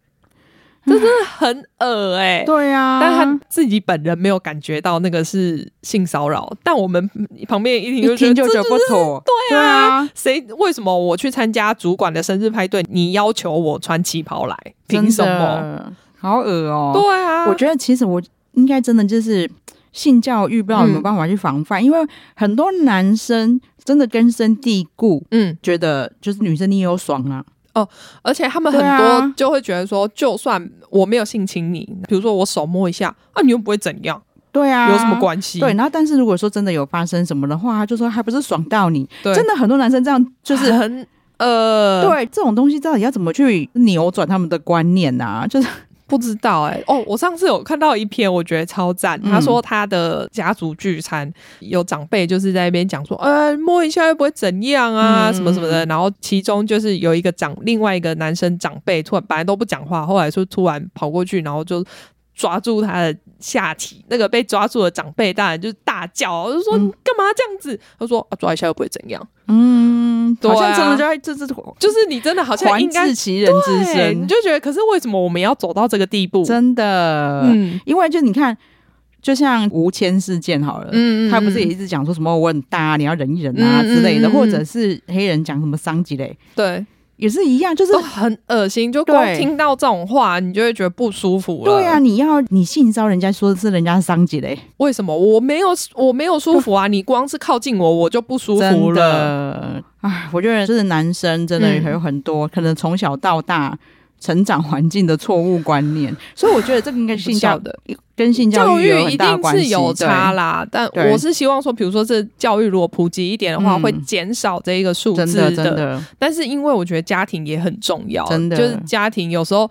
Speaker 1: 这真的很恶哎、
Speaker 2: 对啊，
Speaker 1: 但他自己本人没有感觉到那个是性骚扰，但我们旁边一听就
Speaker 2: 一
Speaker 1: 觉
Speaker 2: 听
Speaker 1: 得
Speaker 2: 就
Speaker 1: 这
Speaker 2: 觉得不妥。对啊，
Speaker 1: 谁为什么我去参加主管的生日派对，你要求我穿旗袍来，凭什
Speaker 2: 真
Speaker 1: 么？
Speaker 2: 的？好恶哦、
Speaker 1: 对啊，
Speaker 2: 我觉得其实我应该真的就是性教育，不知道有没有
Speaker 1: 嗯
Speaker 2: 办法去防范，因为很多男生真的根深蒂固。
Speaker 1: 嗯，
Speaker 2: 觉得就是女生你也有爽啊，
Speaker 1: 而且他们很
Speaker 2: 对啊
Speaker 1: 多就会觉得说，就算我没有性侵你，比如说我手摸一下啊，你又不会怎样，
Speaker 2: 对啊，
Speaker 1: 有什么关系？
Speaker 2: 对，然后但是如果说真的有发生什么的话，他就说还不是爽到你，
Speaker 1: 对，
Speaker 2: 真的很多男生这样，就是
Speaker 1: 很呃，
Speaker 2: 对这种东西到底要怎么去扭转他们的观念啊？就是
Speaker 1: 不知道哎、哦，我上次有看到一篇，我觉得超赞。
Speaker 2: 嗯
Speaker 1: 他说他的家族聚餐有长辈就是在那边讲说，呃，摸一下又不会怎样啊，
Speaker 2: 嗯
Speaker 1: 什么什么的。然后其中就是有一个长另外一个男生长辈突然本来都不讲话，后来就突然跑过去，然后就。抓住他的下体，那个被抓住的长辈当然就是大叫，就说
Speaker 2: 嗯
Speaker 1: 你干嘛这样子？他说、啊、抓一下又不会怎样，
Speaker 2: 嗯，
Speaker 1: 对 啊
Speaker 2: 好像真的就会这这好
Speaker 1: 就是你真的好像应
Speaker 2: 还
Speaker 1: 该
Speaker 2: 治其人之
Speaker 1: 对，你
Speaker 2: 身，
Speaker 1: 就觉得可是为什么我们要走到这个地步？
Speaker 2: 真的，
Speaker 1: 嗯
Speaker 2: 因为就你看，就像吴谦事件好了，
Speaker 1: 嗯
Speaker 2: 他不是也一直讲说什么我很大，你要忍一忍啊
Speaker 1: 嗯嗯
Speaker 2: 之类的，
Speaker 1: 嗯嗯
Speaker 2: 或者是黑人讲什么桑吉嘞，
Speaker 1: 对，
Speaker 2: 也是一样，就是
Speaker 1: 都很恶心，就光
Speaker 2: 对
Speaker 1: 听到这种话，你就会觉得不舒服了。
Speaker 2: 对啊，，你要你性骚扰人家说是人家桑吉嘞，
Speaker 1: 为什么我没有我没有舒服啊？ 你光是靠近我，我就不舒服
Speaker 2: 真
Speaker 1: 了。
Speaker 2: 的，唉，我觉得就是男生真的
Speaker 1: 嗯
Speaker 2: 还有很多、可能从小到大。成长环境的错误观念，所以我觉得这个应该是性教
Speaker 1: 不晓得
Speaker 2: 跟性
Speaker 1: 教
Speaker 2: 教育
Speaker 1: 育
Speaker 2: 有
Speaker 1: 一
Speaker 2: 很大的
Speaker 1: 定
Speaker 2: 关系，
Speaker 1: 是有差啦，但
Speaker 2: 对
Speaker 1: 我是希望说，比如说这教育如果普及一点的话，
Speaker 2: 嗯
Speaker 1: 会减少这一个数
Speaker 2: 对，真
Speaker 1: 字
Speaker 2: 的真的，
Speaker 1: 但是因为我觉得家庭也很重要，
Speaker 2: 真的
Speaker 1: 就是家庭有时候，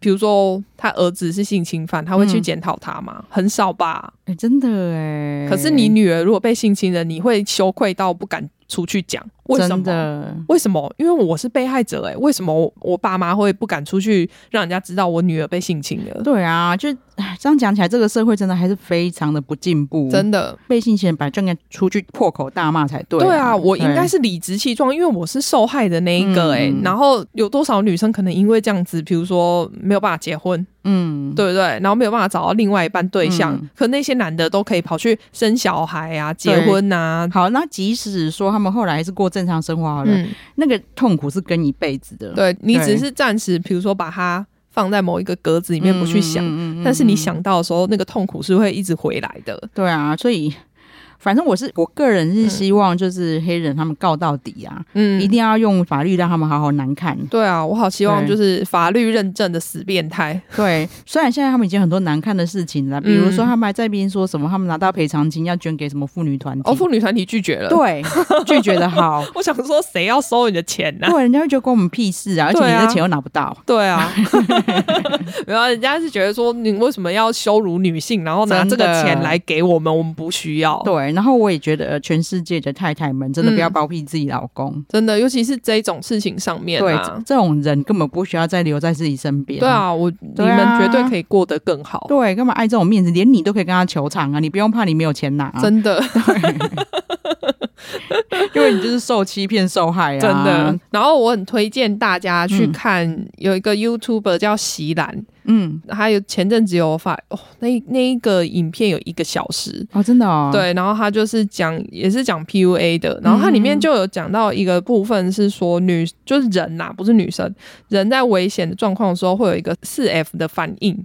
Speaker 1: 比如说他儿子是性侵犯，他会去
Speaker 2: 嗯
Speaker 1: 检讨他吗？很少吧。
Speaker 2: 哎、真的哎、
Speaker 1: 可是你女儿如果被性侵了，你会羞愧到不敢出去讲，为什
Speaker 2: 真
Speaker 1: 么？
Speaker 2: 的
Speaker 1: 为什么？因为我是被害者哎、为什么我我爸妈会不敢出去让人家知道我女儿被性侵 了？
Speaker 2: 对啊，就唉这样讲起来，这个社会真的还是非常的不进步。
Speaker 1: 真的，
Speaker 2: 被性侵本来就应该出去破口大骂才对、
Speaker 1: 对啊，我应该
Speaker 2: 对
Speaker 1: 是理直气壮，因为我是受害的那一个哎、
Speaker 2: 嗯嗯
Speaker 1: 然后有多少女生可能因为这样子，比如说没有办法结婚，
Speaker 2: 嗯，
Speaker 1: 对不对？然后没有办法找到另外一半对象，
Speaker 2: 嗯
Speaker 1: 可那些男的都可以跑去生小孩啊、结
Speaker 2: 对
Speaker 1: 婚啊。
Speaker 2: 好，那即使说他们后来还是过正常生活好了，
Speaker 1: 嗯，
Speaker 2: 那个痛苦是跟一辈子的。
Speaker 1: 对你
Speaker 2: 对
Speaker 1: 只是暂时，比如说把它放在某一个格子里
Speaker 2: 嗯，
Speaker 1: 面不去想，
Speaker 2: 嗯
Speaker 1: 但是你，想到的时候，那个痛苦是会一直回来的。
Speaker 2: 对啊，所以。反正我是我个人是希望，就是黑人他们告到底啊，
Speaker 1: 嗯
Speaker 2: 一定要用法律让他们好好难 看。
Speaker 1: 对啊，我好希望
Speaker 2: 对
Speaker 1: 就是法律认证的死变态。
Speaker 2: 对，虽然现在他们已经很多难看的事情了，比如说他们还在那边说什么，他们拿到赔偿金要捐给什么妇女团体，
Speaker 1: 哦，妇女团体拒绝了。，
Speaker 2: 对，拒绝的好，
Speaker 1: 我想说谁要收你的钱呢、
Speaker 2: 对，人家会觉得关我们屁事啊，而且
Speaker 1: 对
Speaker 2: 你
Speaker 1: 啊
Speaker 2: 的钱又拿不到，
Speaker 1: 对啊，然后人家是觉得说你为什么要羞辱女性，然后拿这个
Speaker 2: 真的
Speaker 1: 钱来给我们，我们不需要。
Speaker 2: 对。然后我也觉得呃全世界的太太们真的不要
Speaker 1: 嗯
Speaker 2: 包庇自己老公，
Speaker 1: 真的，尤其是这种事情上面
Speaker 2: 对，
Speaker 1: 啊
Speaker 2: 这，这种人根本不需要再留在自己身边，
Speaker 1: 对。啊，我你
Speaker 2: 对啊
Speaker 1: 们绝对可以过得更好，
Speaker 2: 对，干嘛爱这种面子？连你都可以跟他求偿啊！你不用怕你没有钱拿，啊
Speaker 1: 真的，
Speaker 2: 因为你就是受欺骗受害啊！
Speaker 1: 真的，。然后我很推荐大家去看有一个 YouTuber 叫席兰，
Speaker 2: 嗯，
Speaker 1: 他有前阵子有发哦，那那一个影片有一个小时。
Speaker 2: 哦，真的哦，，
Speaker 1: 对，然后他就是讲，也是讲 PUA 的，然后它里
Speaker 2: 嗯
Speaker 1: 面就有讲到一个部分是说女，就是人呐、不是女生，人在危险的状况的时候会有一个四 F 的反应，
Speaker 2: 嗯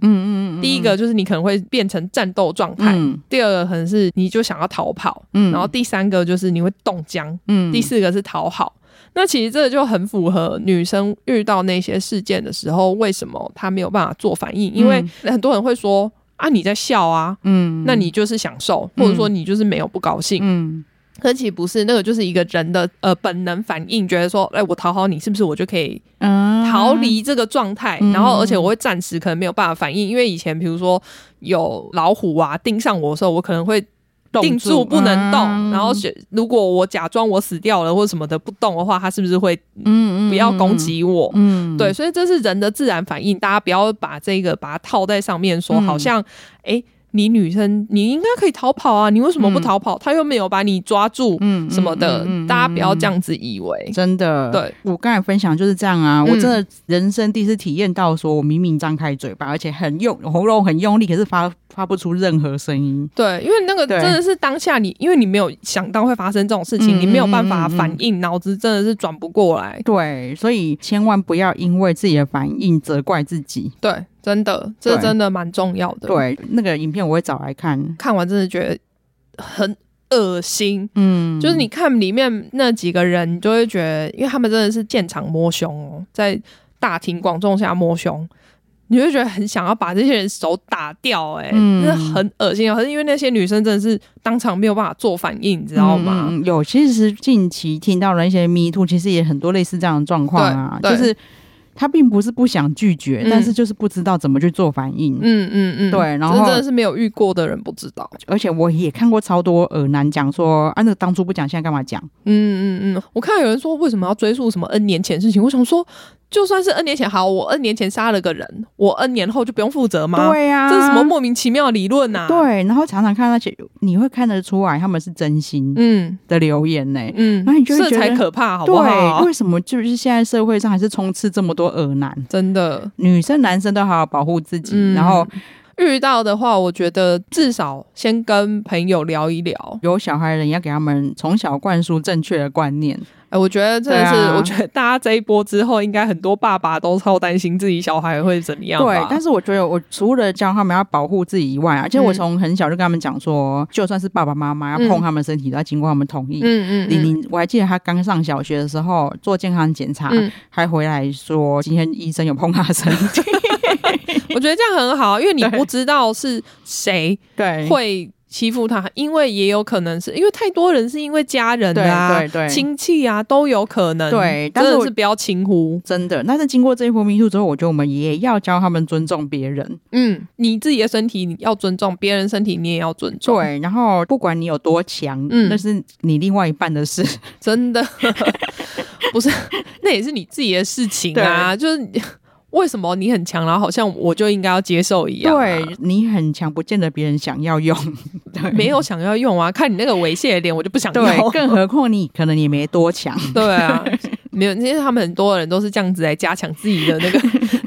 Speaker 2: 嗯嗯，
Speaker 1: 第一个就是你可能会变成战斗状态，
Speaker 2: 嗯
Speaker 1: 第二个可能是你就想要逃跑，
Speaker 2: 嗯，
Speaker 1: 然后第三个就是你会冻僵，
Speaker 2: 嗯
Speaker 1: 第四个是讨好。那其实这就很符合女生遇到那些事件的时候，为什么她没有办法做反应？因为很多人会说啊，你在笑啊，
Speaker 2: 嗯，
Speaker 1: 那你就是享受，或者说你就是没有不高兴。
Speaker 2: 嗯
Speaker 1: 可其实不是，那个就是一个人的呃本能反应，觉得说，哎、我讨好你，是不是我就可以
Speaker 2: 嗯
Speaker 1: 逃离这个状态，
Speaker 2: 嗯
Speaker 1: 然后而且我会暂时可能没有办法反应，因为以前比如说有老虎啊盯上我的时候，我可能会定住不能动，
Speaker 2: 嗯
Speaker 1: 然后选如果我假装我死掉了或什么的不动的话，它是不是会
Speaker 2: 嗯
Speaker 1: 不要攻，击我？
Speaker 2: 嗯，
Speaker 1: 对，所以这是人的自然反应，大家不要把这个把它套在上面说，
Speaker 2: 嗯
Speaker 1: 好像哎、诶你女生你应该可以逃跑啊，你为什么不
Speaker 2: 嗯
Speaker 1: 逃跑？他又没有把你抓住
Speaker 2: 嗯
Speaker 1: 什么的，
Speaker 2: 嗯嗯嗯
Speaker 1: 大家不要这样子以为。
Speaker 2: 真的，
Speaker 1: 对，
Speaker 2: 我刚才分享就是这样啊，
Speaker 1: 嗯
Speaker 2: 我真的人生第一次体验到，说我明明张开嘴巴，而且很用喉咙很用力，可是发发不出任何声音。
Speaker 1: 对，因为那个
Speaker 2: 对
Speaker 1: 真的是当下你，因为你没有想到会发生这种事情，
Speaker 2: 嗯
Speaker 1: 你没有办法
Speaker 2: 嗯嗯嗯
Speaker 1: 反应，脑子真的是转不过来。
Speaker 2: 对，所以千万不要因为自己的反应责怪自己。
Speaker 1: 对，真的，这
Speaker 2: 对
Speaker 1: 真的蛮重要的。，
Speaker 2: 对，那个影片我会找来看。
Speaker 1: 看完真的觉得很恶心。
Speaker 2: 嗯，
Speaker 1: 就是你看里面那几个人，你就会觉得，因为他们真的是现场摸胸哦，在大庭广众下摸胸，你就会觉得很想要把这些人手打掉、哎、
Speaker 2: 嗯
Speaker 1: 那很恶心啊！可是因为那些女生真的是当场没有办法做反应，你知
Speaker 2: 知
Speaker 1: 道吗？
Speaker 2: 嗯有，其实近期听到了一些 Me Too，其实也很多类似这样的状况啊，
Speaker 1: 对
Speaker 2: 就
Speaker 1: 对
Speaker 2: 是他并不是不想拒绝，
Speaker 1: 嗯
Speaker 2: 但是就是不知道怎么去做反应。
Speaker 1: 嗯嗯嗯，
Speaker 2: 对然
Speaker 1: 这
Speaker 2: 后
Speaker 1: 真的是没有遇过的人不知道。
Speaker 2: 而且我也看过超多耳男讲说，啊，那个当初不讲，现在干嘛讲？
Speaker 1: 嗯嗯嗯，我看到有人说为什么要追溯什么 N 年前的事情，我想说就算是 N 年前好，我 N 年前杀了个人，我 N 年后就不用负责吗？
Speaker 2: 对呀、
Speaker 1: 这是什么莫名其妙的理论啊呐、，
Speaker 2: 对，然后常常看那些，你会看得出来他们是真心
Speaker 1: 嗯
Speaker 2: 的留言呢、
Speaker 1: 嗯，
Speaker 2: 那你就会
Speaker 1: 这
Speaker 2: 觉得
Speaker 1: 才可怕，好不好
Speaker 2: 对，？为什么就是现在社会上还是充斥这么多恶男？
Speaker 1: 真的，
Speaker 2: 女生男生都好好保护自己，
Speaker 1: 嗯
Speaker 2: 然后
Speaker 1: 遇到的话，我觉得至少先跟朋友聊一聊。
Speaker 2: 有小孩的人要给他们从小灌输正确的观念。
Speaker 1: 哎，我觉得真的是，
Speaker 2: 对啊
Speaker 1: 我觉得大家这一波之后，应该很多爸爸都超担心自己小孩会怎么样吧。
Speaker 2: 对，但是我觉得我除了教他们要保护自己以外啊，其实我
Speaker 1: 嗯
Speaker 2: 从很小就跟他们讲说，就算是爸爸妈妈要碰他们身体，都要经过他们同意。
Speaker 1: 嗯嗯
Speaker 2: 李宁，我还记得他刚上小学的时候做健康检查，
Speaker 1: 嗯
Speaker 2: 还回来说今天医生有碰他身体，
Speaker 1: 我觉得这样很好，因为你
Speaker 2: 对
Speaker 1: 不知道是谁
Speaker 2: 对，
Speaker 1: 会欺负他，因为也有可能是因为太多人是因为家人
Speaker 2: 对
Speaker 1: 的啊、
Speaker 2: 对对
Speaker 1: 亲戚啊都有可能。
Speaker 2: 对但
Speaker 1: 真
Speaker 2: 是
Speaker 1: 的
Speaker 2: 我
Speaker 1: 是不要轻忽。
Speaker 2: 真的。但是经过这一波迷途之后，我觉得我们也要教他们尊重别人。
Speaker 1: 嗯，你自己的身体你要尊重，别人身体你也要尊重。，
Speaker 2: 对，然后不管你有多强，
Speaker 1: 嗯
Speaker 2: 那是你另外一半的事。
Speaker 1: 真的 不是，那也是你自己的事情啊。就是为什么你很强，然后好像我就应该要接受一样、啊。
Speaker 2: 对你很强，不见得别人想要用。对，
Speaker 1: 没有想要用啊，看你那个猥亵的脸，我就不想
Speaker 2: 对，
Speaker 1: 用。
Speaker 2: 更何况你可能也没多强。
Speaker 1: 对啊，没有，因为他们很多人都是这样子来加强自己的 那个，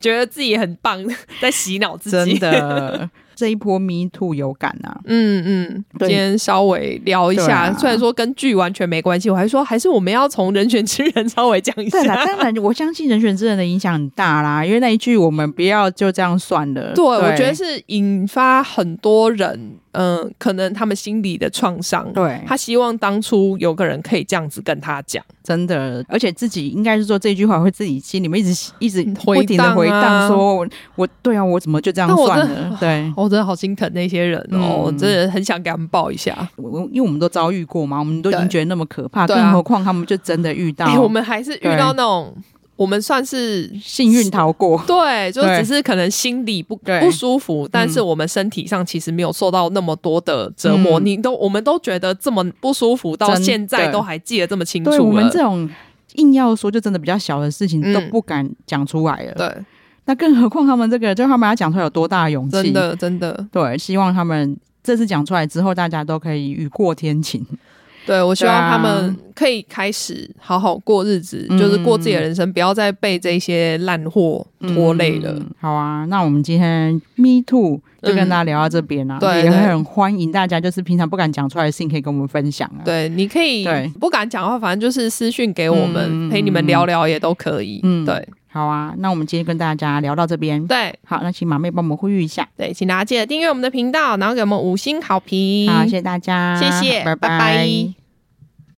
Speaker 1: 觉得自己很棒，在洗脑自己。
Speaker 2: 真，的，这一波 Me Too 有感啊。
Speaker 1: 嗯嗯，今
Speaker 2: 对
Speaker 1: 天稍微聊一
Speaker 2: 对
Speaker 1: 下，
Speaker 2: 啊
Speaker 1: 虽然说跟剧完全没关系，我还说还是我们要从人选之人稍微讲 一
Speaker 2: 对啦，
Speaker 1: 下。
Speaker 2: 当然，我相信人选之人的影响很大啦，因为那一句我们不要就这样算了。
Speaker 1: 对，我觉得是引发很多人，嗯、可能他们心里的创伤。
Speaker 2: 对，
Speaker 1: 他希望当初有个人可以这样子跟他讲，
Speaker 2: 真的，而且自己应该是说这句话会自己心里面一直一直
Speaker 1: 嗯回
Speaker 2: 不停的回
Speaker 1: 荡啊
Speaker 2: 荡，说我我对啊，我怎么就这样
Speaker 1: 但我
Speaker 2: 算
Speaker 1: 真的
Speaker 2: 了？对，
Speaker 1: 我、哦真的好心疼那些人哦，我
Speaker 2: 嗯
Speaker 1: 真的很想给他们抱一下。
Speaker 2: 我我因为我们都遭遇过嘛，我们都已经
Speaker 1: 对
Speaker 2: 觉得那么可怕，
Speaker 1: 对啊
Speaker 2: 更何况他们就真的遇到，
Speaker 1: 哎、我们还是遇
Speaker 2: 对
Speaker 1: 到那种，我们算是
Speaker 2: 幸运逃过。
Speaker 1: 对，就
Speaker 2: 对
Speaker 1: 只是可能心里不
Speaker 2: 对
Speaker 1: 不舒服，但是我们身体上其实没有受到那么多的折磨。
Speaker 2: 嗯
Speaker 1: 你都我们都觉得这么不舒服，到
Speaker 2: 真的
Speaker 1: 现在都还记得这么清楚
Speaker 2: 对
Speaker 1: 了。
Speaker 2: 我们这种硬要说就真的比较小的事情、
Speaker 1: 嗯
Speaker 2: 都不敢讲出来了，
Speaker 1: 对，
Speaker 2: 那更何况他们这个，就他们要讲出来有多大的勇气？
Speaker 1: 真，的真的，
Speaker 2: 对，希望他们这次讲出来之后，大家都可以雨过天晴。
Speaker 1: 对我希望
Speaker 2: 对啊嗯
Speaker 1: 他们可以开始好好过日子，就是过自己的人生，不要再被这些烂货拖累了。
Speaker 2: 嗯好啊，那我们今天 Me Too 就跟大家聊到这边啦、
Speaker 1: 嗯对
Speaker 2: 也
Speaker 1: 对
Speaker 2: 会很欢迎大家，就是平常不敢讲出来的事情，可以跟我们分享啊。，
Speaker 1: 对，你可以
Speaker 2: 对
Speaker 1: 不敢讲话，反正就是私讯给我们，
Speaker 2: 嗯
Speaker 1: 陪你们聊聊也都可以。
Speaker 2: 嗯
Speaker 1: 对
Speaker 2: 好啊，那我们今天跟大家聊到这边。
Speaker 1: 对，
Speaker 2: 好，那请马妹帮我们呼吁一下。
Speaker 1: 对，请大家记得订阅我们的频道，然后给我们五星好评。
Speaker 2: 嗯好，谢谢大家，
Speaker 1: 谢谢
Speaker 2: 拜
Speaker 1: 拜
Speaker 2: 拜
Speaker 1: 拜